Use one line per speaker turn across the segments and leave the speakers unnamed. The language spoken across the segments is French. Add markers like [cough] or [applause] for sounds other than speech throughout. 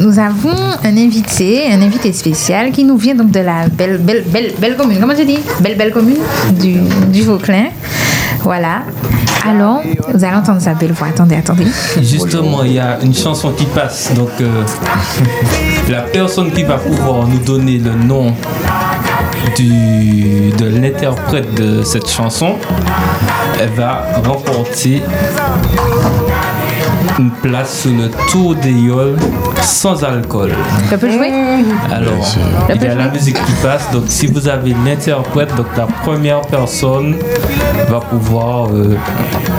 nous avons un invité, un invité spécial qui nous vient donc de la belle, belle, belle, belle commune. Comment tu dis Belle, belle commune du, du Vauclin. Voilà. Allons, vous allez entendre sa belle voix. Attendez, attendez.
Justement, il y a une chanson qui passe. Donc, euh, [laughs] la personne qui va pouvoir nous donner le nom du, de l'interprète de cette chanson, elle va remporter une place sur le tour des yoles sans alcool.
Tu peux jouer
Alors, il y a la musique qui passe, donc si vous avez l'interprète, donc la première personne va pouvoir euh,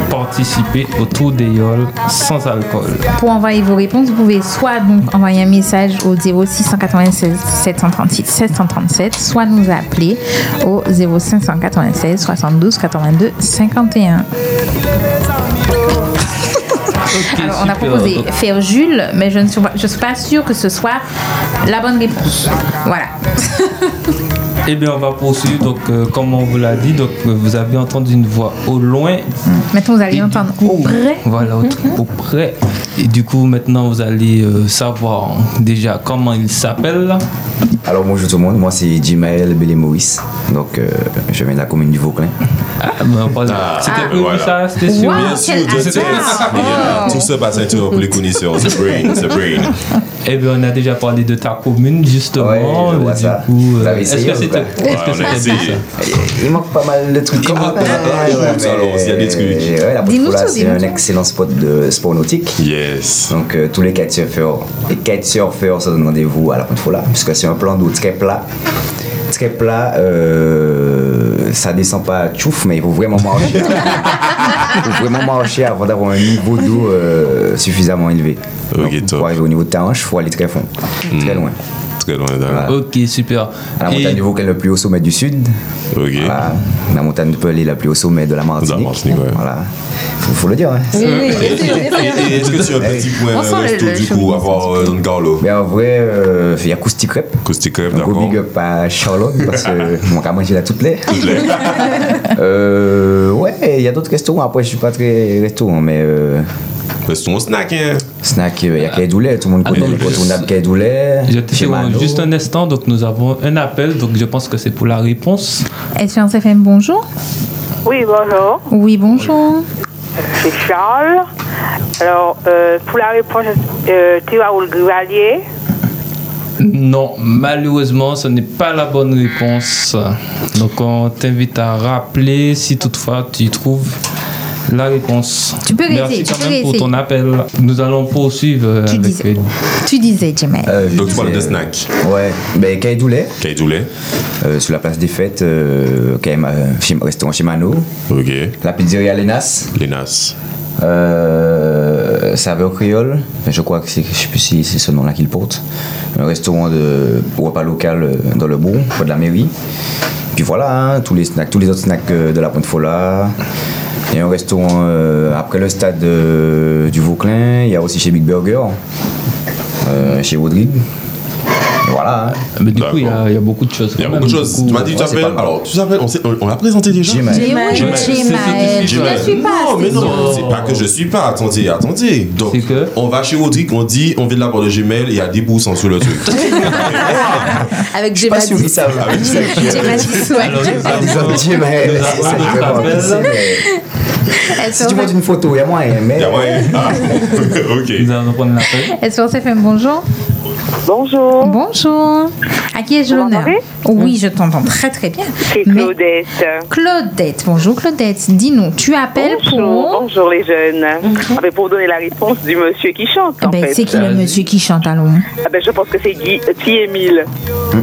participer au tour des yoles sans alcool.
Pour envoyer vos réponses, vous pouvez soit donc envoyer un message au 0696 736 737, soit nous appeler au 0596 72 82 51.
Ok,
Alors, Euh, on a
super.
euh,
proposé
Donc,
faire Jules, mais je ne suis, je suis pas sûre que ce soit la bonne réponse. Voilà. [laughs]
Eh bien, on va poursuivre. Donc, euh, comme on vous l'a dit, donc euh, vous avez entendu une voix au loin.
Maintenant, vous
Et
allez
du
entendre
coup,
Oh.
auprès.
Voilà, au, au près. Et du coup, maintenant, vous allez euh, savoir déjà comment il s'appelle.
Alors bonjour tout le monde, moi c'est Jimael Bélé Maurice, donc euh, je viens de la commune du Vauclin.
Ah, ben, voilà.
Ah,
c'était
ah,
prévu,
voilà.
ça, c'était sûr.
Wow.
Bien sûr, je
Quel
sais.
hasard.
Mais, euh, Tout ça passe un tour pour les connaisseurs. The brain, the brain.
Eh bien, on a déjà parlé de ta commune, justement.
Ouais, je vois
du
ça.
coup,
Vous
euh,
avez
est-ce
essayé
que
ou
c'était est-ce que
pas
Ouais, on a
c'était
essayé.
bien
Il manque pas mal de trucs.
Il manque pas mal de choses, alors, il y a des trucs.
Ouais, la
Dis-nous
Pointe-Foula,
tout,
c'est
dis-nous
un
tout.
excellent spot de sport nautique.
Yes.
Donc euh, tous les kitesurfers et kitesurfers se donnent rendez-vous à la pointe là parce que c'est un plan d'eau très plat. Très plat, euh, ça descend pas tchouf, mais il faut vraiment
[laughs]
marcher. Il faut vraiment marcher avant d'avoir un niveau d'eau euh, suffisamment élevé.
Ok,
Donc,
top. Hmm.
pour arriver au niveau de ta hanche, il faut aller très fond, très loin.
Très loin d'accord.
Ok, super.
À la
Et-
montagne du Vauclin, le plus haut sommet du sud.
Ok.
Voilà. La montagne de Pelé, la plus haut sommet de la Martinique.
Martinique, ouais.
Voilà. Faut, faut le dire. hein.
Et Est-ce que tu as un petit point
On
euh,
sent le-
resto
le
du
chemin.
coup à voir euh, Don Carlo
Mais en vrai, euh, il y a Coustic Crêpes.
Acoustic Club,
Un gros
d'accord
big up à Charlotte parce
[laughs]
que mon gars mange là toutes les.
Toutes les-
[laughs] Euh, ouais, il y a d'autres restaurants. Après, je suis pas très restaurant, mais euh,
Parce qu'on snack, hein.
snack, euh, il y a Kaidoulet, tout le monde connaît
mais
le
je-
contournable Kaidoulet.
Je te
chez
fais
Mano.
juste un instant, donc nous avons un appel, donc je pense que c'est pour la réponse.
Espérance FM, bonjour.
Oui, bonjour,
Oui, bonjour.
c'est Charles. Alors, euh, pour la réponse, euh, tu vas au Gralier.
Non, malheureusement, ce n'est pas la bonne réponse. Donc on t'invite à rappeler si toutefois tu y trouves la réponse.
Tu peux réessayer,
Merci
tu
quand
peux
même pour
réessayer.
ton appel. Nous allons poursuivre euh,
Tu
avec
disais,
euh,
tu disais, Jamel.
Euh, je
Donc tu
disais,
parles de
euh,
snack.
Ouais, ben Kaidoulet,
Caïdoulet.
euh, sur la place des fêtes, euh, quand même, euh, chez- restaurant chez Mano.
Ok.
La pizzeria Lenas,
Lénas.
euh, saveur créole, Enfin, je crois que c'est, je sais plus si c'est ce nom-là qu'il porte. Un restaurant de repas local euh, dans le bourg, près de la mairie. Puis voilà, hein, tous les snacks, tous les autres snacks euh, de la Pointe Fola. Il y a un restaurant euh, après le stade euh, du Vauclin. Il y a aussi chez Big Burger, euh, chez Rodrigue. Et Voilà. hein.
Mais du coup, il y, a- il y a beaucoup de choses.
Il y a
quand
beaucoup de
même. euh,
choses. Tu m'as dit que tu
ouais, c'est
t'appelles.
pas mal.
Alors, tu t'appelles. On, s'est- on- on l'a présenté déjà
J'ai mal.
Jamel,
Jamel,
Jamel, tu ne
Jamel.
suis pas.
Non, mais
c'est-
non, c'est pas que je suis pas. Attendez, attendez. Donc,
C'est que-
on va chez Rodrigue, on dit, on vient de la part de Gmail, il y a 10% sur le truc.
Avec
Pas
Jamel.
sûr
[laughs]
que ça
hein.
va.
Jamel,
Alors,
ouais.
nous
Ah, disons,
avons-
J'ai mal.
nous
[laughs] C'est
avons un
vraiment
appel.
difficile. Si tu montes une photo, il y a moyen, mais.
Il y a moyen. Ah, [laughs] ok.
Nous allons prendre l'appel.
Espérance FM, bonjour.
Bonjour,
Bonjour. À qui ai-je
Oh. Vous
l'honneur
m'entendez
Oui, je t'entends très très bien.
c'est
Mais-
Claudette.
Claudette, bonjour Claudette. Dis-nous, tu appelles
Bonjour,
pour.
bonjour les jeunes. Ah ben, pour donner la réponse du monsieur qui chante,
Mhm. Ah
en
ben,
fait.
c'est qui le monsieur qui chante à l'ombre
Ah ben, je pense que c'est Guy, Guy Émile.
Ah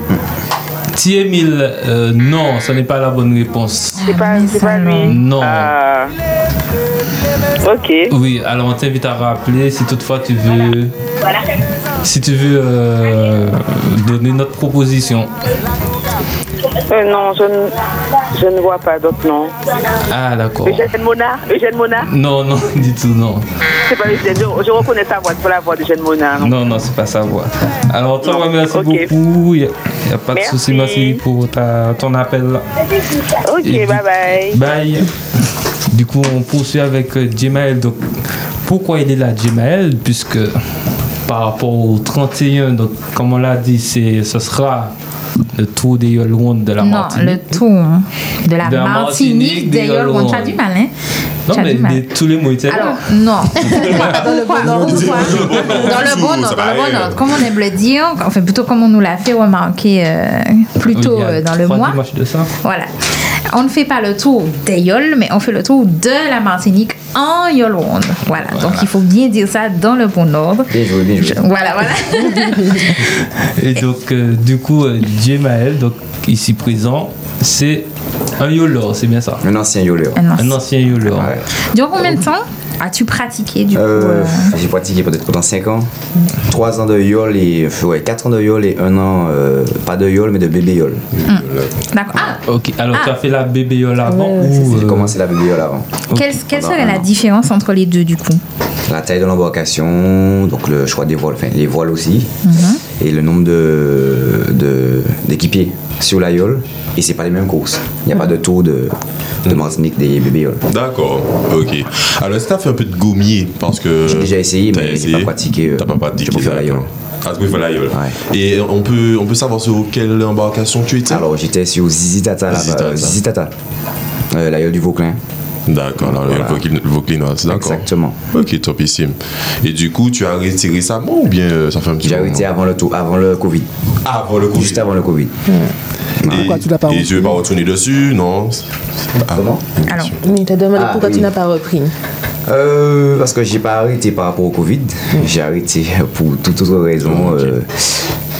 T-Emile, euh, non, ce n'est pas la bonne réponse.
C'est pas,
mais
c'est
ça,
pas lui.
non.
Ah. Ok.
Oui, alors on t'invite à rappeler si toutefois tu veux. Si tu veux euh, donner notre proposition.
Euh, non, je ne, je ne vois pas d'autres noms.
Ah, d'accord.
Eugène Mona Eugène Mona
Non, [laughs] non, du tout, non.
C'est pas lui, je, je reconnais sa voix, c'est pas la voix d'Eugène Mona. non.
Non, non, c'est pas sa voix. Alors, toi,
Non,
merci
ok.
beaucoup. Il n'y a, pas de
Merci.
souci. Merci pour ta- ton appel.
Ok,
Et-
bye bye.
Bye. Du coup, on poursuit avec euh, Jemael. Donc, pourquoi il est là, Jemael Puisque par rapport au 31, donc comme on l'a dit, c'est, ce sera le tour des Yolondes de la
Non,
Martinique.
le tour de la
De la
Martinique,
Martinique,
des
des
Yolons.
Yolons.
Tu as du mal, hein
Non,
Tu as
mais, Eh ben.
du mal.
mais tous les mots étaient
Alors,
là. [laughs]
non. dans le bon ordre, quoi. Dans le bon
Ça
ordre, dans
va,
le bon
euh.
ordre. Comme on aime le dire, enfin plutôt comme on nous l'a fait remarquer euh, plus
Il
tôt
y a
euh, dans le
trois
mois.
dimanches de ça.
Voilà. On ne fait pas le tour des yoles, mais on fait le tour de la Martinique en yole ronde. Voilà. Donc il faut bien dire ça dans le bon ordre.
Bien joué, bien joué.
Je- Voilà,
[laughs]
voilà.
Et donc, euh, du coup, euh, Jemael, donc ici présent, c'est un YOLO, c'est bien ça.
Un ancien yoleur.
Un
Un
ancien.
ancien YOLO.
Ouais.
Durant combien de temps as-tu pratiqué du coup
Euh,
euh,
J'ai pratiqué peut-être pendant 5 ans. 3 ans de yol et 4 ans de yol et 1 an, euh, pas de yol mais de bébé yol.
D'accord. Ah,
Ok, alors tu as fait la bébé YOL avant
Ouais,
ou.
J'ai
euh,
commencé la bébé yol avant.
quelle, quelle serait
Ah,
la
non.
différence entre les deux du coup
La taille de l'embarcation, donc le choix des voiles, enfin les voiles aussi,
Mhm.
et le nombre de- de- d'équipiers sur la yole. Et c'est pas les mêmes courses. Il n'y a pas de tour de, de Martinique des bébés yol.
D'accord, ok. Ah, Alors, est-ce que t'as fait un peu de gommier Parce que.
J'ai déjà essayé,
T'as
mais j'ai
essayé
pas pratiqué, euh,
T'as pas pratiqué.
j'ai préféré la
d'accord.
yole.
Ah, tu préfères la yole.
Ouais.
Et on peut, on peut savoir sur quelle embarcation tu étais
Alors j'étais sur Zizi Tata là-bas.
Zizi Tata.
euh, Zizi Tata. Euh, la yole du Vauclin.
D'accord, la yole
Voilà.
vauclin- vauclinoise, d'accord.
Exactement.
Ok, topissime. Et du coup, tu as arrêté récemment ou bien euh, ça fait un petit
J'ai
moment
arrêté avant le tour, avant le Covid.
Avant le Covid.
Juste avant le Covid.
Et-
Pourquoi tu l'as pas
Et
repris
tu veux pas retourner dessus, non Ah,
Comment
Alors,
Il t'a demandé
Ah,
pourquoi tu
oui.
n'as pas repris.
Euh, parce que j'ai pas arrêté par rapport au Covid. J'ai arrêté pour toute autre raison.
Ok.
euh, [laughs]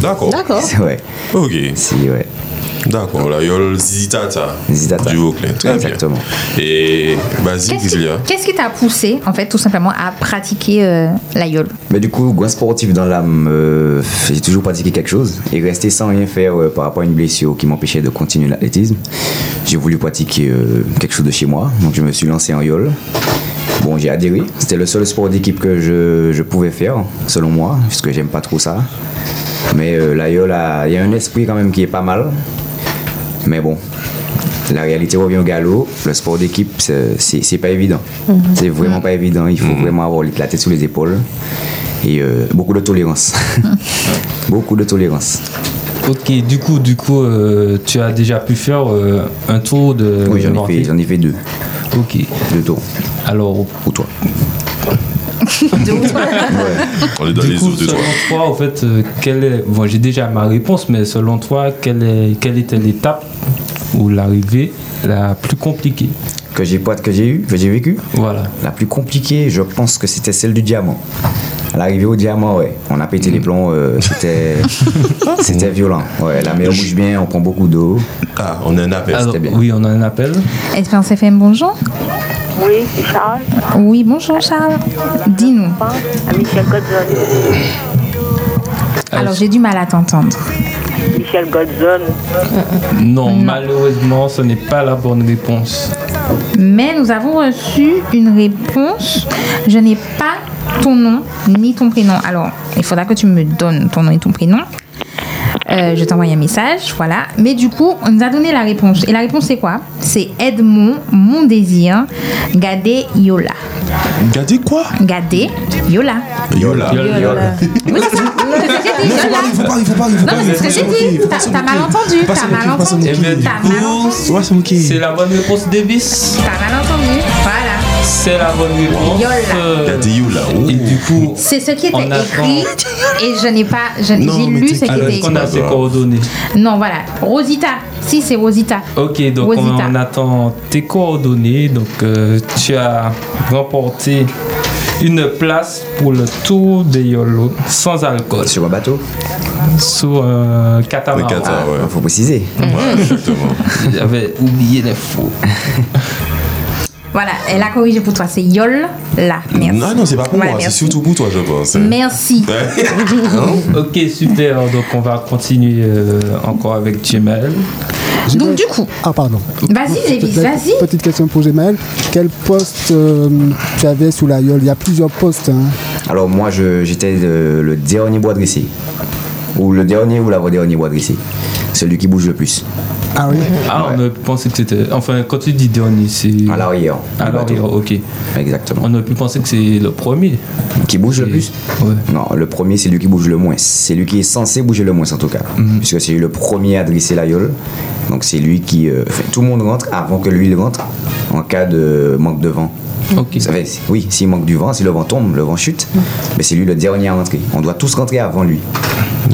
D'accord.
D'accord.
c'est vrai.
Ok,
Si, ouais.
d'accord. La yole Zizitata.
Zizi Tata.
Du Vauclin. Très
Exactement.
bien. Et vas-y,
qu'est-ce
Priscilla.
qui- qu'est-ce qui t'a poussé en fait tout simplement à pratiquer euh, la yole
Mais du coup, grand sportif dans l'âme, euh, j'ai toujours pratiqué quelque chose. Et rester sans rien faire euh, par rapport à une blessure qui m'empêchait de continuer l'athlétisme, j'ai voulu pratiquer euh, quelque chose de chez moi. Donc je me suis lancé en yole. Bon, j'ai adhéré. C'était le seul sport d'équipe que je, je pouvais faire, selon moi, puisque j'aime pas trop ça. Mais euh, la yole, a- il y a un esprit quand même qui est pas mal. Mais bon, la réalité revient au galop. Le sport d'équipe, c'est- c'est c'est pas évident. C'est vraiment pas évident. Il faut vraiment avoir la tête sous les épaules et euh, beaucoup de tolérance. beaucoup de tolérance.
Ok, du coup, du coup, euh, tu as déjà pu faire euh, un tour de.
Oui, j'en ai, fait-
Martinique.
j'en ai fait deux.
Ok.
Deux tours.
Alors,
Pour toi.
On est dans
du
les
coup,
eaux de
selon
toi.
toi, en fait, euh, quelle est... Bon, j'ai déjà ma réponse, mais selon toi, quelle, est... quelle était l'étape ou l'arrivée la plus compliquée
Que j'ai pas- que j'ai eu, que j'ai vécu.
Voilà.
La plus compliquée, je pense que c'était celle du diamant. À l'arrivée au diamant, ouais, on a pété les plombs, euh, c'était, c'était violent. Ouais, la mer bouge bien, on prend beaucoup d'eau.
Ah, on a un appel.
Alors,
bien.
oui, on a un appel.
[laughs] Espérance FM, bonjour.
Oui, c'est Charles.
Oui, bonjour Charles. Dis-nous.
Pense à Michel Godson.
Alors, j'ai du mal à t'entendre.
Michel Godson.
Non, malheureusement, ce n'est pas la bonne réponse.
Mais nous avons reçu une réponse. Je n'ai pas ton nom ni ton prénom. Alors, il faudra que tu me donnes ton nom et ton prénom. Euh, je t'envoie un message, voilà. Mais du coup, on nous a donné la réponse. Et la réponse, c'est quoi C'est Edmond, mon désir, Gadé Yola.
Gadé quoi
Gadé Yola.
Yola.
Oui, c'est ça. C'est ce que j'ai dit, Yola.
Il faut pas, il faut pas, il faut
Non,
pas.
mais c'est ce que j'ai dit. T'as t'as mal entendu. T'as mal entendu.
Eh bien, du
T'as mal
coup,
entendu.
Ouais, c'est ok.
c'est la bonne réponse, Davis.
T'as mal entendu. Voilà.
C'est la bonne réponse.
Yola.
Euh,
Gadé Yola. oh.
Et du coup,
C'est ce qui était
On attend.
écrit et je n'ai pas, je- j'ai lu ce qui
alors,
était
est-ce qu'on
écrit.
a ses coordonnées
Non, voilà. Rosita, si c'est Rosita.
Oh.
Ok, donc on,
Rosita.
on attend tes coordonnées. Donc euh, tu as remporté une place pour le tour des YOLO sans alcool
Sur un bateau,
sur euh, un
Le
catamaran.
Qatar,
[laughs]
il
Ah ouais.
faut préciser.
Ouais, exactement.
[laughs] J'avais oublié les faux.
Voilà, elle a corrigé pour toi. C'est Yol là. Merci.
Non, non, c'est pas pour
Ouais,
moi, c'est
merci.
surtout Bah, pour toi, je pense.
Merci.
Ok, super. Donc on va continuer euh, encore avec Jemel.
J'ai
Donc
pas-
du coup,
Ah, pardon.
vas-y Davis,
Peut-être
Eh vas-y.
Petite question pour Gmail. Quel poste euh, tu avais sous la yole Il y a plusieurs postes. hein.
Alors moi, je- j'étais euh, le dernier bois dressé. Ou le dernier ou l'avant-dernier bois dressé. Celui qui bouge le plus.
Ah oui
Ah, on aurait pu penser que c'était. Enfin, quand tu dis dernier, c'est.
À l'arrière.
Mm. À l'arrière, ok.
Exactement.
On aurait pu penser que c'est le premier.
Qui bouge le plus
Ouais.
Non, le premier, c'est lui qui bouge le moins. C'est lui qui est censé bouger le moins, en tout cas.
Mm-hmm.
Puisque c'est lui le premier à dresser l'aïeul. Donc c'est lui qui. euh, fait, tout le monde rentre avant que lui il rentre en cas de manque de vent.
Ok. Mm.
Ça fait- oui, s'il manque du vent, si le vent tombe, le vent chute, mais c'est lui le dernier à rentrer. On doit tous rentrer avant lui.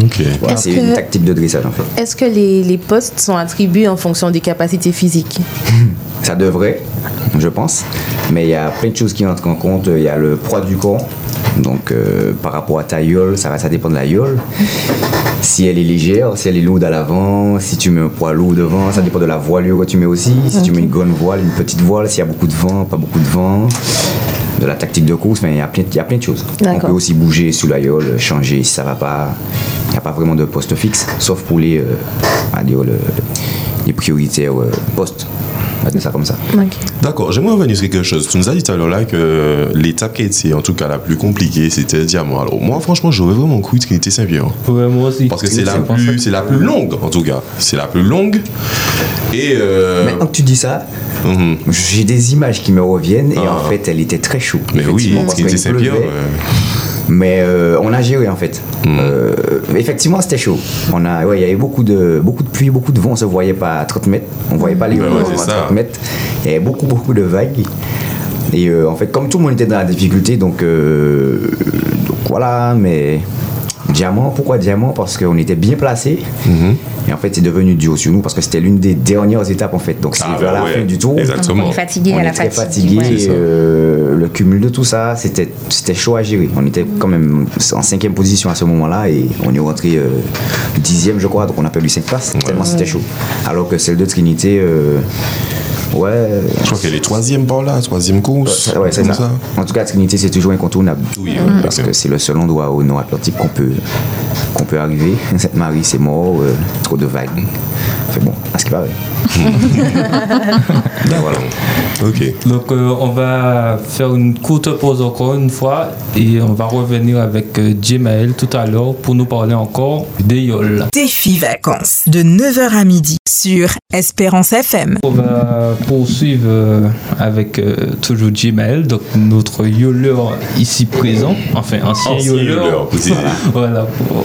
Ok.
Voilà,
Est-ce
c'est
que-
une tactique de dressage en fait.
Est-ce que les, les postes sont attribués en fonction des capacités physiques
Ça devrait, je pense, mais il y a plein de choses qui entrent en compte. Il y a le poids du corps, donc euh, par rapport à ta yole, ça va, ça dépend de la yole. Si elle est légère, si elle est lourde à l'avant, si tu mets un poids lourd devant, ça dépend de la voilure que tu mets aussi. Si tu mets une grande voile, une petite voile, s'il y a beaucoup de vent, pas beaucoup de vent. De la tactique de course, mais il y a plein, il y a plein de choses. On peut
D'accord.
aussi bouger sous la yole, changer si ça va pas. Il n'y a pas vraiment de poste fixe, sauf pour les, euh, on va dire le- les prioritaires euh, postes. On va dire ça comme ça.
Ok.
D'accord, j'aimerais revenir sur quelque chose. Tu nous as dit tout à l'heure là que l'étape qui a été en tout cas la plus compliquée, c'était le diamant. Alors moi franchement, j'aurais vraiment cru que était Saint-Pierre.
Ouais, moi aussi.
Parce que c'est la,
pour ça
plus- c'est la plus longue en tout cas. C'est la plus longue. Et... euh,
Maintenant que tu dis ça,
mhm.
j'ai des images qui me reviennent et en
Ah.
fait, elle était très chaude.
Mais oui,
Effectivement, parce
ce qui était
qu'il
Saint-Pierre...
pleuvait.
euh,
Mais euh, on a géré en fait.
Mm.
Euh, effectivement, c'était chaud. On a, ouais, il y avait beaucoup de, beaucoup de pluie, beaucoup de vent. On se voyait pas à 30 mètres. On voyait pas les
Ouais,
gens
ouais,
à
c'est ça.
30 mètres. Il y avait beaucoup, beaucoup de vagues. Et euh, en fait, comme tout le monde était dans la difficulté, donc, euh, donc voilà. Mais diamant, pourquoi diamant Parce qu'on était bien placé.
Mm-hmm.
Et en fait, c'est devenu dur sur nous parce que c'était l'une des dernières étapes en fait. Donc, c'est
Ah,
vers la
ouais,
fin du tour.
On
Exactement.
est fatigué
On
à
est
la
très
fatigue.
fatigué.
ouais.
C'est ça.
euh, le cumul de tout ça, c'était c'était chaud à gérer. On était quand même en cinquième position à ce moment-là et on est rentré euh, dixième, je crois. Donc on a perdu cinq places. Tellement c'était chaud. Alors que celle de Trinité, euh, ouais.
Je crois qu'elle est troisième par là, troisième course.
Ouais, c'est
comme
ça. En tout cas, Trinité, c'est toujours incontournable.
Oui,
Mm-hmm.
hein, oui,
Parce
ok.
que c'est le seul endroit au Nord-Atlantique qu'on peut, qu'on peut arriver. Sainte-Marie, c'est mort, euh, trop de vagues. Fait bon, à ce qui paraît.
Voilà. Ok.
Donc euh, on va faire une courte pause encore une fois et on va revenir avec euh, Jemael tout à l'heure pour nous parler encore des yoles.
Défi vacances de 9h à midi sur Espérance FM.
On va poursuivre euh, avec euh, toujours Jemael, donc notre yoleur ici présent, enfin ancien,
Ancien
yoleur.
yoleur, vous disiez.
[laughs] Voilà. pour-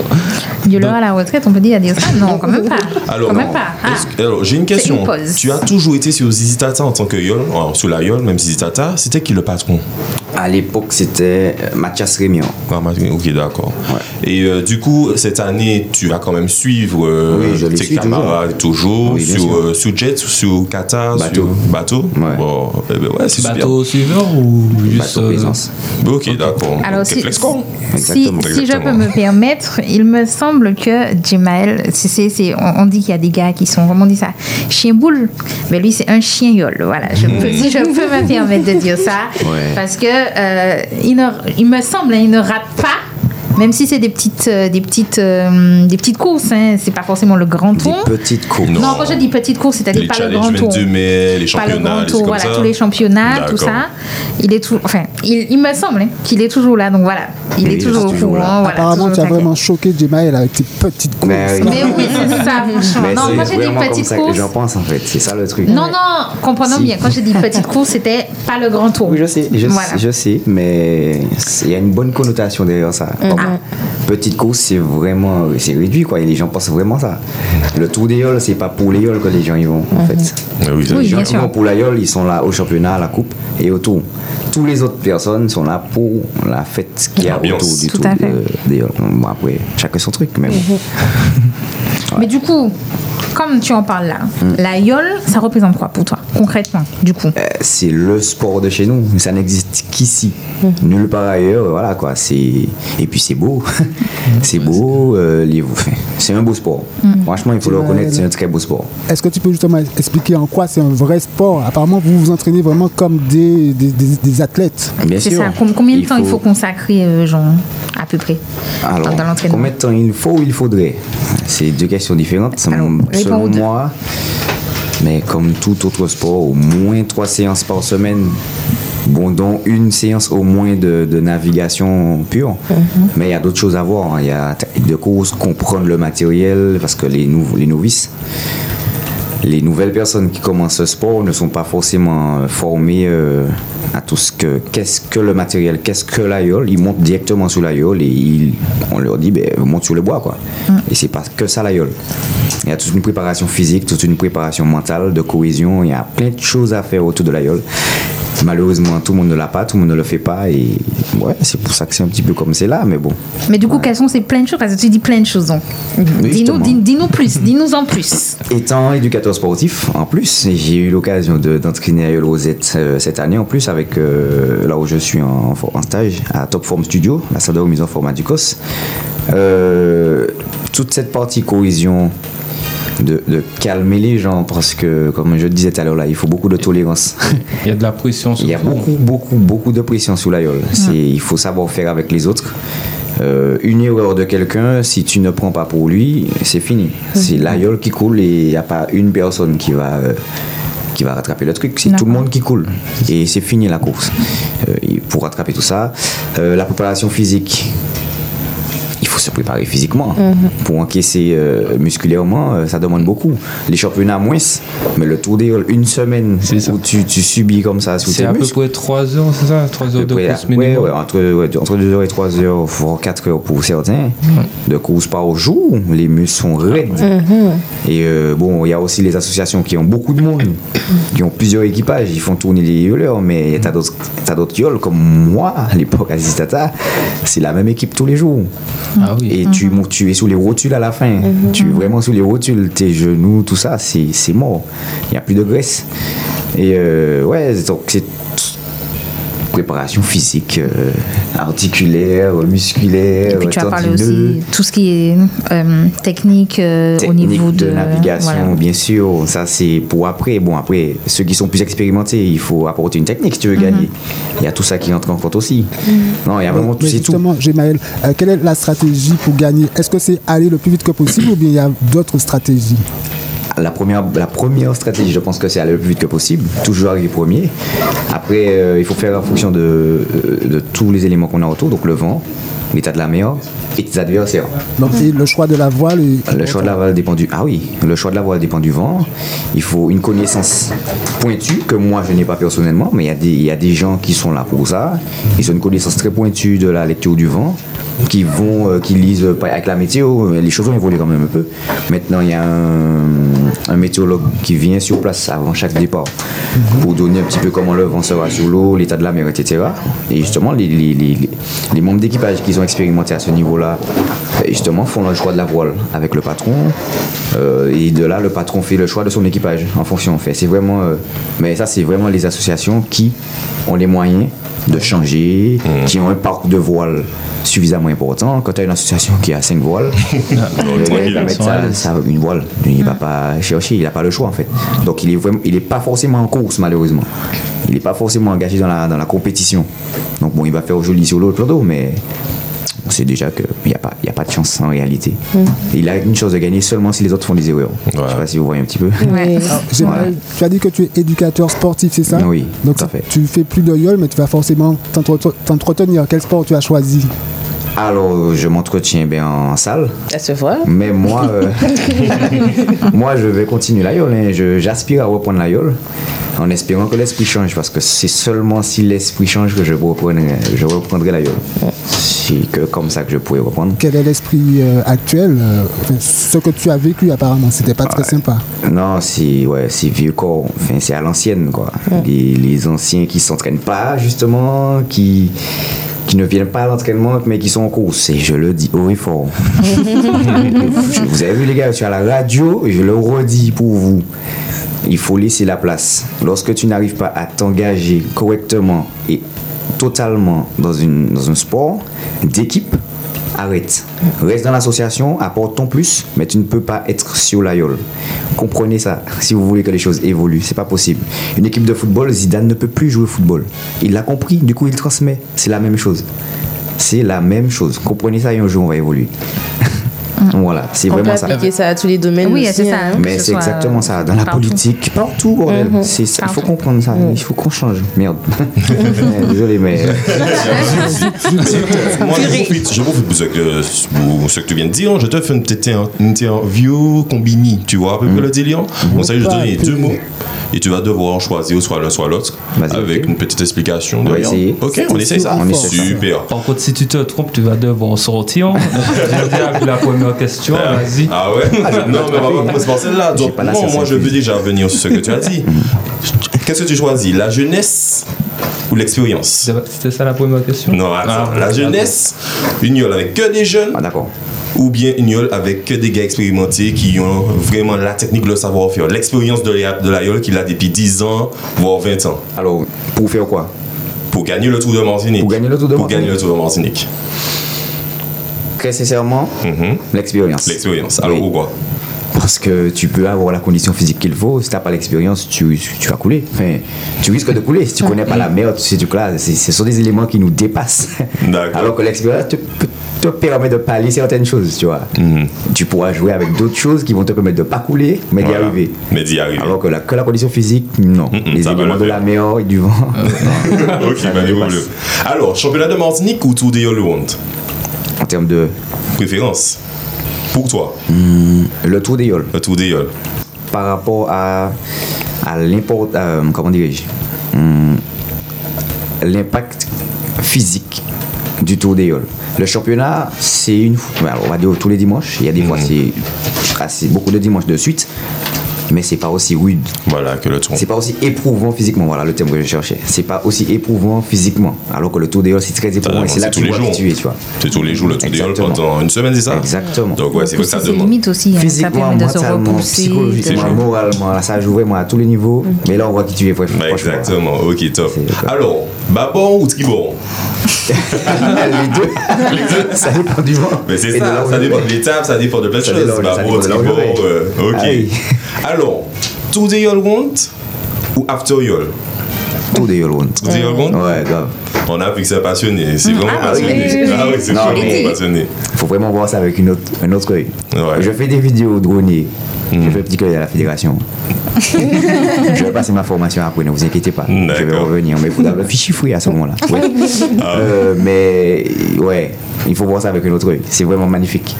Yolo à la retraite, on peut dire dire ça Non, quand même pas.
Alors,
quand
non.
même pas. Ah.
Est-ce que- alors, j'ai une question.
une pause.
tu as toujours été sur Zizi Tata en tant que Yol, alors, sous la Yol, même Zizi Tata, c'était qui le patron
À l'époque, c'était euh, Mathias Rémion.
Ah, ma- Ok, d'accord. Et euh, du coup, cette année, tu vas quand même suivre euh,
Oui, je les
tes
suis
camarades toujours,
Oui, bien
sur,
sûr.
euh, sur Jet, sur Kata,
Bateau.
sur Bateau.
Ouais.
Bon, eh ben ouais, c'est super.
Bateau suiveur ou juste.
Bateau
euh,
Plaisance.
Ok, d'accord.
Alors, si,
Ok, flex con.
si,
Exactement.
si je peux
Exactement.
me permettre, il me semble que Jimael, c'est- c'est- c'est- on, on dit qu'il y a des gars qui sont, comment on dit ça, chien boule. Mais lui, c'est un chien yol. Voilà, je peux, si je peux me permettre de dire ça.
Ouais.
Parce que euh, il, ne- il me semble, hein, il ne rate pas. Même si c'est des petites, euh, des petites, euh, des petites courses, hein, c'est pas forcément le grand
Des
tour.
petites courbes.
Non.
Non, quand je dis petites courses, c'est-à-dire
Les
pas le
challenges
grand tour.
22
Pas
mai, les
le
championnats,
grand tour,
les trucs comme
voilà,
ça.
tous les championnats, tout
D'accord.
ça. Il est tout, enfin, il, il me semble hein, qu'il est toujours là, donc voilà, il
Oui,
est toujours
il est
au
toujours
courant.
là.
voilà,
Apparemment,
toujours
tu as
au taquet.
vraiment choqué Jemael avec tes petites courses.
Mais oui.
Mais oui, c'est ça, franchement.
Mais
Ah, non, quand
c'est
j'ai dit
vraiment comme
petite
ça que
course.
j'en pense en fait, c'est ça le truc.
Non, non, comprenons
Si.
bien. Quand j'ai dit petite course, c'était pas le grand tour.
Oui, je sais, je,
Voilà.
je sais, mais c'est- il y a une bonne connotation derrière ça.
Mm.
Comme
Ah.
Petite course, c'est vraiment c'est réduit quoi, et les gens pensent vraiment ça. Le tour des yoles, c'est pas pour les yoles que les gens y vont en fait.
Ah oui,
Oui,
ça, les gens-
Mm-hmm. bien
Les
sûr.
gens vont pour la yole, ils sont là au championnat, à la coupe et au tour. Toutes les autres personnes sont là pour la fête qui a
L'ambiance.
autour du
Tout
tour
à fait. Mm-hmm.
de- des yoles. Bon, après, chacun son truc, mais bon.
Mais du coup, comme tu en parles là, la yole, ça représente quoi pour toi, concrètement, du coup
Mm. Euh, c'est le sport de chez nous. Ça n'existe qu'ici, nulle part ailleurs. Voilà quoi. C'est et puis c'est beau, [laughs] c'est beau. euh, les... enfin, c'est un beau sport. Franchement, il faut le
Ouais.
reconnaître, c'est un très beau sport.
Est-ce que tu peux justement expliquer en quoi c'est un vrai sport Apparemment, vous vous entraînez vraiment comme des, des, des- des athlètes.
Bien
C'est
sûr.
ça. Com- Combien de temps il faut consacrer, euh, genre, à peu près,
Alors,
dans- dans l'entraînement
combien de temps il faut ou il faudrait C'est deux questions différentes. Ça me-
Alors, réponds aux
selon
deux.
moi, mais comme tout autre sport, au moins trois séances par semaine. Bon, dont une séance au moins de, de navigation pure.
Mhm.
Mais il y a d'autres choses à voir. hein. Il y a technique de course, comprendre le matériel, parce que les, nou- les novices, les nouvelles personnes qui commencent ce sport ne sont pas forcément euh, formées euh, à tout ce que qu'est-ce que le matériel, qu'est-ce que l'aïeul. Ils montent directement sur l'aïeul et ils- on leur dit ben, monte sur le bois quoi. Et c'est pas que ça l'aïeul. Il y a toute une préparation physique, toute une préparation mentale, de cohésion. Il y a plein de choses à faire autour de l'aïeul. Malheureusement, tout le monde ne l'a pas, tout le monde ne le fait pas. Et ouais, c'est pour ça que c'est un petit peu comme c'est là, mais bon.
Mais du coup, quelles sont ces plein de choses Parce que tu dis plein de choses. Donc. Dis-nous
justement. Eh
dis, dis-nous plus, dis-nous en plus.
Étant éducateur sportif, en plus, j'ai eu l'occasion de- d'entraîner à Yole Rosette euh, cette année, en plus, avec euh, là où je suis en, en stage, à Top Form Studio, la salle de remise en format du COS. Euh, toute cette partie cohésion, de, de calmer les gens, parce que, comme je le disais tout à l'heure, là, il faut beaucoup de tolérance. [laughs]
Il y a de la pression sur
Il y a
vous.
beaucoup, beaucoup, beaucoup de pression sous l'aïeul. C'est, il faut savoir faire avec les autres. Euh, une erreur de quelqu'un, si tu ne prends pas pour lui, c'est fini. C'est l'aïeul qui coule et il n'y a pas une personne qui va, euh, qui va rattraper le truc. C'est tout le monde qui coule. Et c'est fini la course. Euh, et pour rattraper tout ça, euh, la préparation physique, il faut se préparer physiquement. Pour encaisser euh, musculairement, euh, ça demande beaucoup. Les championnats, moins, mais le tour des Halles, une semaine
C'est ça.
où tu, tu subis comme ça sous
C'est
tes
à peu
muscles.
près 3 heures, c'est ça 3 heures de
Ouais,
course
ouais,
minimum.
ouais, entre, 2 heures et 3 heures, voire 4 heures pour certains, de course par jour, les muscles sont raides. Et euh, bon, il y a aussi les associations qui ont beaucoup de monde, qui ont plusieurs équipages, ils font tourner les violeurs, mais t'as d'autres t'as d'autres gueules comme moi, à l'époque à Ziztata, c'est la même équipe tous les jours.
Ah oui.
Mhm.
Et tu, mon- tu es sous les rotules à la fin. Tu es vraiment sous les rotules. Tes genoux, tout ça, c'est c'est mort. Il n'y a plus de graisse. Et euh, ouais, donc c'est tout- préparation physique, euh, articulaire, musculaire,
Et puis tu as parlé
tendineux,
aussi tout ce qui est euh, technique, euh, au
technique
niveau de,
de, navigation,
voilà.
bien sûr. Ça, c'est pour après. Bon, après, ceux qui sont plus expérimentés, il faut apporter une technique si tu veux
Mhm.
gagner. Il y a tout ça qui entre en compte aussi. Non, il y a Ah, vraiment tout,
Euh, Mais
c'est tout.
justement, Gémaël, euh, quelle est la stratégie pour gagner Est-ce que c'est aller le plus vite que possible ou bien il y a d'autres stratégies
La première, la première stratégie, je pense que c'est aller le plus vite que possible, toujours arriver premier. Après, euh, il faut faire en fonction de, euh, de tous les éléments qu'on a autour, donc le vent, l'état de la mer et tes adversaires.
Hmm.
Donc, et le choix de la voile et-
Le choix de la voile dépend du. Ah oui, le choix de la voile dépend du vent. Il faut une connaissance pointue que moi je n'ai pas personnellement, mais il y a des- il y, a des gens qui sont là pour ça. Ils ont une connaissance très pointue de la lecture du vent, qui vont, euh, qui lisent euh, pas- avec la météo. Les choses ont évolué quand même un peu. Maintenant, il y a un, un météorologue qui vient sur place avant chaque départ pour donner un petit peu comment le vent sera sur l'eau, l'état de la mer, etc. Et justement, les, les- les- les- les membres d'équipage qui sont expérimentés à ce niveau-là, et justement, font le choix de la voile avec le patron. Euh, et de là, le patron fait le choix de son équipage en fonction. En fait. C'est vraiment, euh, mais ça, c'est vraiment les associations qui ont les moyens de changer, qui ont un parc de voile suffisamment important. Quand tu as une association qui a 5 voiles, le gars, il va mettre ça, ça- une voile. Il va pas chercher, il n'a pas le choix en fait. Donc il est vraiment, il est pas forcément en course malheureusement. Il n'est pas forcément engagé dans la, dans la compétition. Donc bon, il va faire au joli sur l'autre plan d'eau, mais on sait déjà qu'il n'y a, pas- il y a pas de chance en réalité. Il a une chance de gagner seulement si les autres font des erreurs. Je sais pas si vous voyez un petit peu.
Ouais.
Gémaël,
Voilà.
tu as dit que tu es éducateur sportif, c'est ça
Oui,
Donc
tout à fait.
tu fais plus de yole, mais tu vas forcément t'entre- t'entretenir. Quel sport tu as choisi
Alors, je m'entretiens bien en salle.
Ça se voit.
Mais moi, euh, [laughs] moi, je vais continuer la yole. hein. Je- J'aspire à reprendre la yole en espérant que l'esprit change parce que c'est seulement si l'esprit change que je reprendrai, je reprendrai la yole. C'est que comme ça que je pourrais reprendre.
Quel est l'esprit euh, actuel euh, enfin, Ce que tu as vécu apparemment, c'était pas très sympa.
Non, c'est ouais, c'est vieux corps. Enfin, c'est à l'ancienne, quoi. Les, les anciens qui s'entraînent pas, justement, qui, qui ne viennent pas à l'entraînement, mais qui sont en course. Et je le dis haut et fort. Je- vous avez vu, les gars, je suis à la radio et je le redis pour vous. Il faut laisser la place. Lorsque tu n'arrives pas à t'engager correctement et totalement dans, une, dans un sport d'équipe, arrête. Reste dans l'association, apporte ton plus, mais tu ne peux pas être sur l'aïeul. Comprenez ça [laughs] si vous voulez que les choses évoluent. C'est pas possible. Une équipe de football, Zidane ne peut plus jouer au football. Il l'a compris, du coup il transmet. C'est la même chose. C'est la même chose. Comprenez ça et un jour on va évoluer. Voilà, c'est
On peut
vraiment ça.
appliquer ça à tous les domaines.
Oui,
aussi,
c'est ça, hein.
Mais
Que ce
c'est
soit euh,
exactement ça. Dans la
partout. Mhm.
politique, partout, bordel. C'est ça, Il faut comprendre ça. Il faut qu'on change.
[laughs]
Merde. Euh, Désolé, mais.
Moi, je profite, je profite pour ce que, pour ce que tu viens de dire. Je te fais une petite inter- une interview combinée, tu vois, à peu près
Mm.
le délire. Bon, ça, je te donne les deux mots. Et tu vas devoir choisir soit l'un soit l'autre
Vas-y.
avec une petite explication.
va
derrière.
essayer.
Ok, on essaye ça.
On essaie ça.
Super.
Par contre, si tu te trompes, tu vas devoir
[laughs]
sortir. Je viens avec la première question, vas-y.
Ah
[laughs]
ouais Non, mais on va pas commencer par celle-là. Donc,
pas la
bon, moi,
sensation. Mm.
je veux déjà revenir sur ce que tu as dit. Qu'est-ce que tu choisis La jeunesse ou l'expérience
C'était ça la première question
Non, attends.
Ah,
la jeunesse, une yole avec que des jeunes
Ah, d'accord.
ou bien une yole avec que des gars expérimentés qui ont vraiment la technique, le savoir-faire, l'expérience de la, de la yole qu'il a depuis 10 ans, voire 20 ans,
Alors, pour faire quoi
pour gagner le Tour de Martinique.
Pour gagner le Tour de
Pour gagner
Martinique.
le Tour de Martinique.
Très sincèrement,
Mhm.
l'expérience.
L'expérience. Alors,
Oui.
pourquoi
Parce que tu peux avoir la condition physique qu'il faut. Si t'as pas l'expérience, tu, tu vas couler. Enfin, tu risques de couler. Si tu connais pas la merde, ces trucs-là, c'est- ce sont des éléments qui nous dépassent.
D'accord.
Alors que l'expérience te, peut- te permet de pallier certaines choses, tu vois.
Mhm.
Tu pourras jouer avec d'autres choses qui vont te permettre de pas couler, mais d'y
Voilà.
arriver.
Mais d'y arriver.
Alors que la, que la condition physique, non. Les
ça va
éléments
le
de
faire.
la mer et du vent. [laughs] non.
[laughs] Ok,
Ça
bah,
me
des
dépasse.
problèmes. Alors, championnat de Martinique ou Tour des Yole World
En termes de.
Préférence Pour toi,
Le tour des yoles.
le Tour des Yole.
par rapport à, à l'import, euh, comment dirais-je, Hum, l'impact physique du Tour des Yoles. Le championnat, c'est une fois, alors, on va dire tous les dimanches, il y a des fois
Mhm.
c'est assez- beaucoup de dimanches de suite, mais c'est pas aussi rude,
Voilà, que le tour.
c'est pas aussi éprouvant physiquement, voilà le terme que je cherchais, c'est pas aussi éprouvant physiquement, alors que le Tour des Yoles c'est très éprouvant et c'est là que
tous
tu
les
vois
jours.
qui tu es, tu vois.
C'est tous les jours le Tour des Yole
Exactement.
pendant une semaine, c'est ça
Exactement.
Donc, ouais, c'est vrai que ça
C'est
demande.
limite aussi, hein. ça
Physiquement,
permet de se
mentalement,
repousser. de- Mm.
psychologiquement,
C'est chaud.
moralement, là, ça joue vraiment à tous les niveaux, mais là on voit qui tu es, franchement.
Bah, exactement, ok, top.
C'est d'accord.
Alors, Babon ou Tribon
les deux. ça dépend du vent.
Mais c'est
Et de là
ça,
où
ça
je
dépend
vais.
de l'étape, ça dépend de plein de
Ça dépend- ça
choses. Babon,
dépend de là où
Tribon,
je vais.
euh, ok.
Ah oui.
Alors, Tour des Yole Round ou After Yole
Tout des Yolande.
Tour des Yole Round
Ouais, grave.
On a vu que c'est passionné, c'est vraiment
ah oui,
passionné.
oui, oui,
Ah oui, c'est
Non,
vraiment
mais-
passionné.
Faut vraiment voir ça avec une autre, un autre œil.
Ouais. Hmm.
Je fais des vidéos dronier. Je fais un petit œil à la
[laughs]
fédération. je vais passer ma formation après, ne vous inquiétez pas. Je vais
D'accord. Ah.
revenir. Mais il faut le fichier fouillé à ce
[laughs]
moment-là. Ouais. Euh, mais ouais, il faut voir ça avec un autre œil. C'est vraiment magnifique.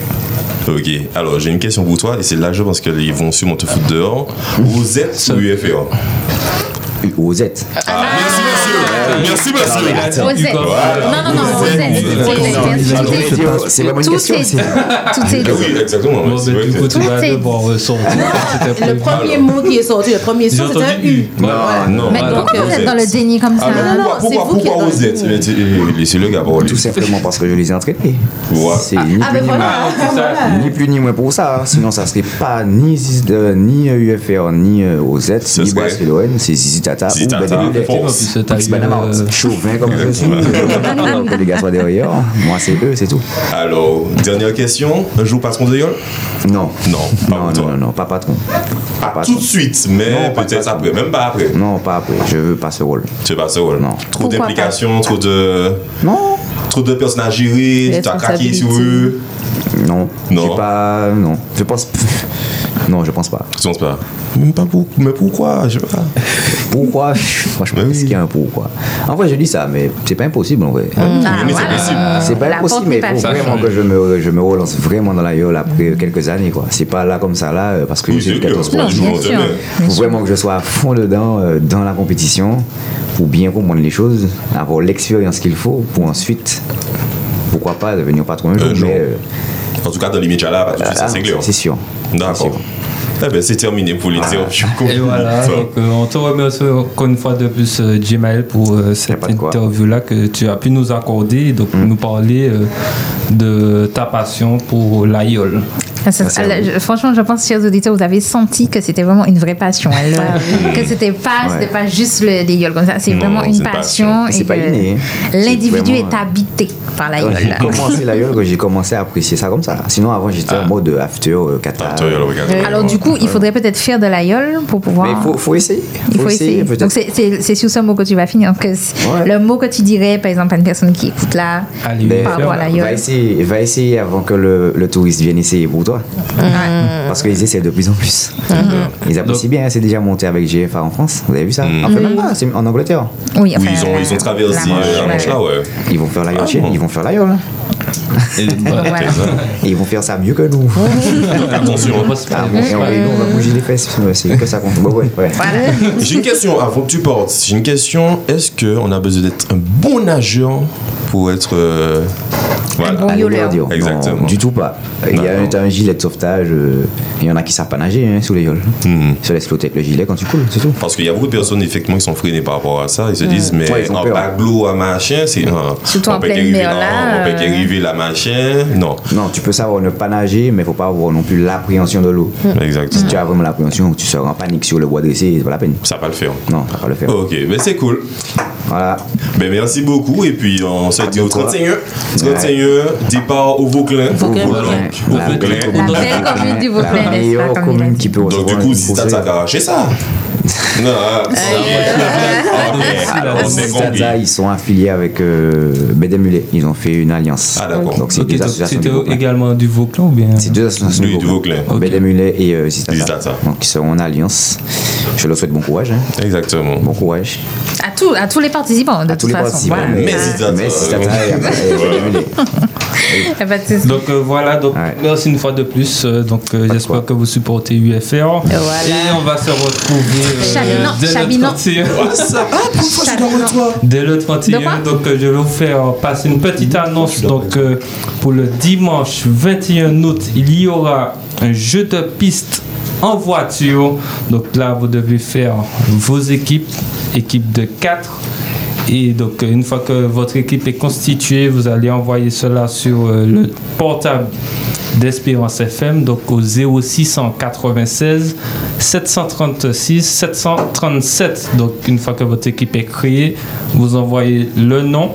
Ok, alors j'ai une question pour toi, et c'est là je pense qu'ils vont sûrement te foutre dehors.
Mm.
Vous êtes ou UFR
Rosette.
Ah, merci monsieur Merci monsieur
Rosette. Non, non, non, Rosette.
Alors,
Rosette.
c'est pas- c'est vraiment une
Tout
question.
est dit.
c'est-
Tout est
Ah Oui,
dit.
exactement.
Bon,
ouais, c'est
ben,
vrai
du
que-
coup, tu
Tout
vas
est dit.
devoir
[laughs]
ressortir.
hein.
C'était
Ah,
Le
prévu.
premier mot qui est sorti, le premier
J'ai
son, c'est un
entendu Bah, U.
U.
Ah, non,
Mais
alors,
pourquoi vous
euh,
êtes
Rosette. Ah
dans le déni comme ça
Alors,
Non, non,
pourquoi-
c'est
pourquoi
vous qui
pourquoi
êtes dans le
Rosette
déni.
Mais tu- Laissez le gars parler.
Tout simplement parce que je les ai entraînés.
Ouais.
C'est ni
Ah,
plus
ben
ni moins.
voilà.
Ni plus ni moins pour ça, hein. sinon ça serait pas ni, Ziz- euh, ni euh, UFR, ni euh, OZ, ni
serait-
Barcelone, c'est Zizi Tata
Zizi
ou
Tata,
Badalou Lefty.
force.
Puis c'est
Petit Panama,
euh,
chauvin comme je suis, [laughs] alors que les gars soient derrière, moi c'est eux, c'est tout.
Alors, dernière question. Un jour passe qu'on dégueule
Non.
Non, pas
non,
pour
non,
toi.
non, non, pas patron. Pas
Pas
patron.
tout de suite, mais
Non, pas
peut-être
patron.
après, même pas après.
Non, pas après, je veux pas ce rôle.
Tu vas seul.
Non.
Trop
Pourquoi
d'implications, trop de.
Non,
Trop de personnes à gérer, tu as craqué sur eux.
non,
Non.
j'ai pas, non, je pense, [laughs] non, je pense pas.
Je pense pas. Mais, pas pour... mais pourquoi Je sais pas.
Pourquoi Franchement,
Mais oui.
est-ce qu'il y a un pourquoi En vrai, je dis ça, mais c'est pas impossible en vrai.
Oui, mais c'est possible.
C'est
Ah,
pas
Euh, La
impossible,
porte
mais
n'est
faut
pas
vraiment que je me, je me relance vraiment dans la gueule
Mm.
après quelques années. quoi. C'est pas là comme ça, là, euh, parce que
Oui,
j'ai eu
c'est clair.
14
Non,
points.
je vous
bien
en
sûr.
demande.
Faut vraiment que je sois à fond dedans, euh, dans la compétition, pour bien comprendre les choses, avoir l'expérience qu'il faut, pour ensuite, pourquoi pas, devenir patron un jour.
jour.
mais, euh,
En tout cas, dans les médias là, pas tout de suite, ça
ah,
c'est clair.
c'est sûr. C'est
D'accord.
sûr.
Eh ben, c'est terminé pour les interviews.
[laughs]
Et voilà,
Top.
donc, euh, on te remercie encore une fois de plus, euh, Jemal, pour euh, cette
pas de quoi. Mm.
interview-là que tu as pu nous accorder, donc nous parler euh, de ta passion pour l'aïeul.
Ah, ça-
Sincèrement.
là, je- franchement, je pense, chers auditeurs, vous avez senti que c'était vraiment une vraie passion. Elle,
Ah
euh, que c'était pas, c'était
Ouais.
pas juste le, des gueules comme ça. C'est
Non,
vraiment
non,
une
c'est une
passion.
passion.
et
C'est pas
que
inné, hein. C'est
L'individu
vraiment,
est
euh,
habité par la
Quand
gueule.
j'ai commencé la gueule, que j'ai commencé à apprécier ça comme ça. Sinon, avant, j'étais
Ah.
en mode after, euh, cata.
Attends, alors, regarde.
Euh, Alors du coup, il faudrait peut-être faire de l'aïeul pour pouvoir.
Mais il faut, faut essayer.
Il faut essayer.
peut-être.
Donc c'est- c'est c'est sur ce mot que tu vas finir. Que c'est-
Ouais.
Le mot que tu dirais, par exemple, à une personne qui écoute là,
Allez,
Ben,
par
faire,
rapport à l'aïeul.
va, essayer, va essayer avant que le, le touriste vienne essayer pour toi. Parce qu'ils essaient de plus en plus.
Mm-hmm.
Ils apprécient bien, c'est déjà monté avec GFA en France. Vous avez vu ça En fait,
Mm-hmm.
même pas, c'est en Angleterre.
Oui,
Oui,
enfin,
ils ont, ils ont
la-
traversé
la Manche,
euh, la manche là, ouais.
Ils vont faire la gueule,
Ah bon
ils vont faire la gueule.
Et-
voilà.
Et ils vont faire ça mieux que nous.
On
Attention.
va se
Ah
faire
bon, et on, et nous, on va bouger les fesses, c'est que ça compte. Bon, ouais, ouais.
J'ai une question avant que tu portes. J'ai une question. Est-ce qu'on a besoin d'être un bon nageur pour être. euh,
Un
Voilà.
bon
Allez,
gueuleur.
leur dire.
Exactement.
Non, du tout pas. Il y a
Non,
un, un gilet de sauvetage. euh, Il y en a qui savent pas nager hein, sous les yoles.
Hmm.
Ils se laissent flotter avec le gilet quand tu coules, c'est tout.
Parce qu'il y a beaucoup de personnes, effectivement, qui sont freinées par rapport à ça. Ils se disent, mais
Ouais, ils ont
en
peur.
baglo à machin, c'est. non,
Surtout en
on peut
pleine
qu'arriver
mer,
là,
là,
On peut
euh.
qu'arriver là, machin. Non.
Non, tu peux savoir ne pas nager, mais faut pas avoir non plus l'appréhension de l'eau. Si
Mm.
Exactement.
tu as vraiment l'appréhension, tu seras en panique sur le bois dressé, c'est pas la peine.
Ça va le faire.
Non, ça va pas le faire.
Ok, mais c'est cool.
Voilà.
Ben merci beaucoup. Et puis on se dit au 31. 31, départ au Vauclin.
Vauclin.
Vauclin. Au
La
Vauclin.
La belle commune du
La
Vauclin, n'est-ce
meilleure
pas, comme il a
commune
dit.
qui peut
Donc du
recevoir
coup,
un
si ça t'a
conseil.
arraché [laughs] ça. Non, ah, ça y est. Ok,
Alors,
on s'est compris.
Zaza, ils sont affiliés avec euh, Bédémulé. Ils ont fait une alliance.
Ah, d'accord.
Donc, c'est
Ok,
deux
donc
associations
c'était
du Vauclin.
également du Vauclin ou bien
C'est deux associations hein.
Oui, du Vauclin.
Ok.
Bédémulé et euh, Zistata.
Zistata.
Donc, ils seront en alliance. Je leur souhaite bon courage. hein.
Exactement.
Bon courage.
À, tout- à tous les participants, de
À tous
toute
les
façon.
participants.
Voilà.
Mais euh,
Ah.
Zistata.
Mais Zistata et et Bédémulé.
[laughs] Eh ben, c'est-
Donc euh, voilà, donc
Ouais.
merci une fois de plus. Euh, donc euh, j'espère que vous supportez UFR. Et on va se retrouver euh,
Chaminant,
dès, le
chaminant.
31,
Ça va, Ah, pour une fois, je dois retourner.
dès le
De quoi
31. Donc euh, je vais vous faire passer une petite annonce. Donc euh, pour le dimanche 21 août, il y aura un jeu de piste en voiture. Donc là, vous devez faire vos équipes, équipe de 4. Et donc, euh, une fois que votre équipe est constituée, vous allez envoyer cela sur euh, le portable d'Espérance FM, donc au 0696 736 737. Donc, une fois que votre équipe est créée, vous envoyez le nom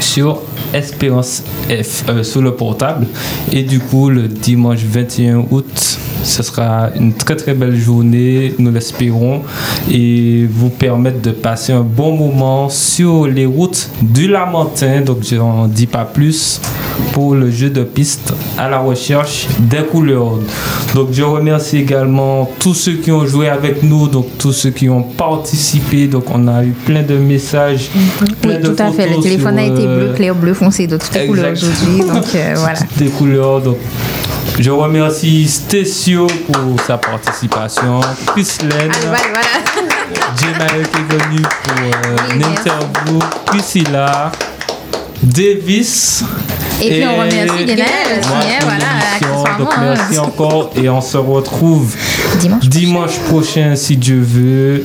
sur Espérance F euh, sur le portable. Et du coup, le dimanche 21 août, ce sera une très très belle journée, nous l'espérons, et vous permettre de passer un bon moment sur les routes du Lamentin. Donc, je n'en dis pas plus pour le jeu de piste à la recherche des couleurs. Donc, je remercie également tous ceux qui ont joué avec nous, donc tous ceux qui ont participé. Donc, on a eu plein de messages. plein
Oui,
de
tout à fait. Le
photos
téléphone a
sur,
été bleu,
euh,
clair, bleu foncé de toutes les couleurs
Exact.
aujourd'hui. Donc
[laughs]
euh, voilà.
toutes les couleurs. Donc, je remercie Stécio pour sa participation, Chrislène,
Allez, voilà, Ah, voilà.
Jemael qui est venu pour euh,
Oui,
une
merci.
interview, Priscilla, Davis.
Et puis, on remercie Guénel aussi,
moi
hein,
pour
voilà,
l'émission.
accessoirement,
Donc,
hein.
merci encore et on se retrouve
Dimanche.
dimanche prochain si Dieu veut.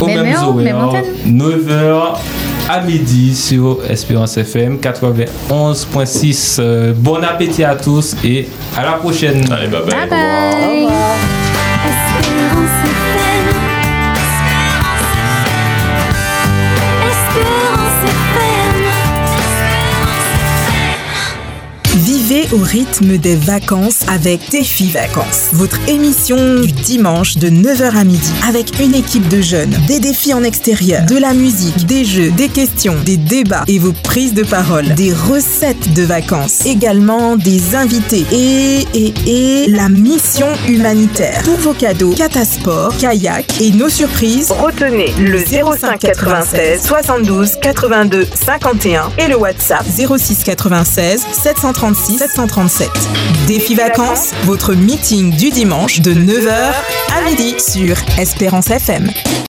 Au
Même
même
heure, même
horaire,
antenne.
9h à midi sur Espérance FM 91.6. Euh, Bon appétit à tous et à la prochaine.
Allez, bye bye.
Bye bye.
Espérance FM, Espérance FM, Espérance FM,
Vivez au rythme des vacances avec Défi Vacances, votre émission du dimanche de 9h à midi avec une équipe de jeunes, des défis en extérieur, de la musique, des jeux, des questions, des débats et vos prises de parole, des recettes de vacances, également des invités et, et, et la mission humanitaire. Pour vos cadeaux, catasport, kayak et nos surprises,
Retenez le 05 96 72 82 51 et le WhatsApp
06 96 736 737. Défi Vacances, votre meeting du dimanche de 9h à midi sur Espérance FM.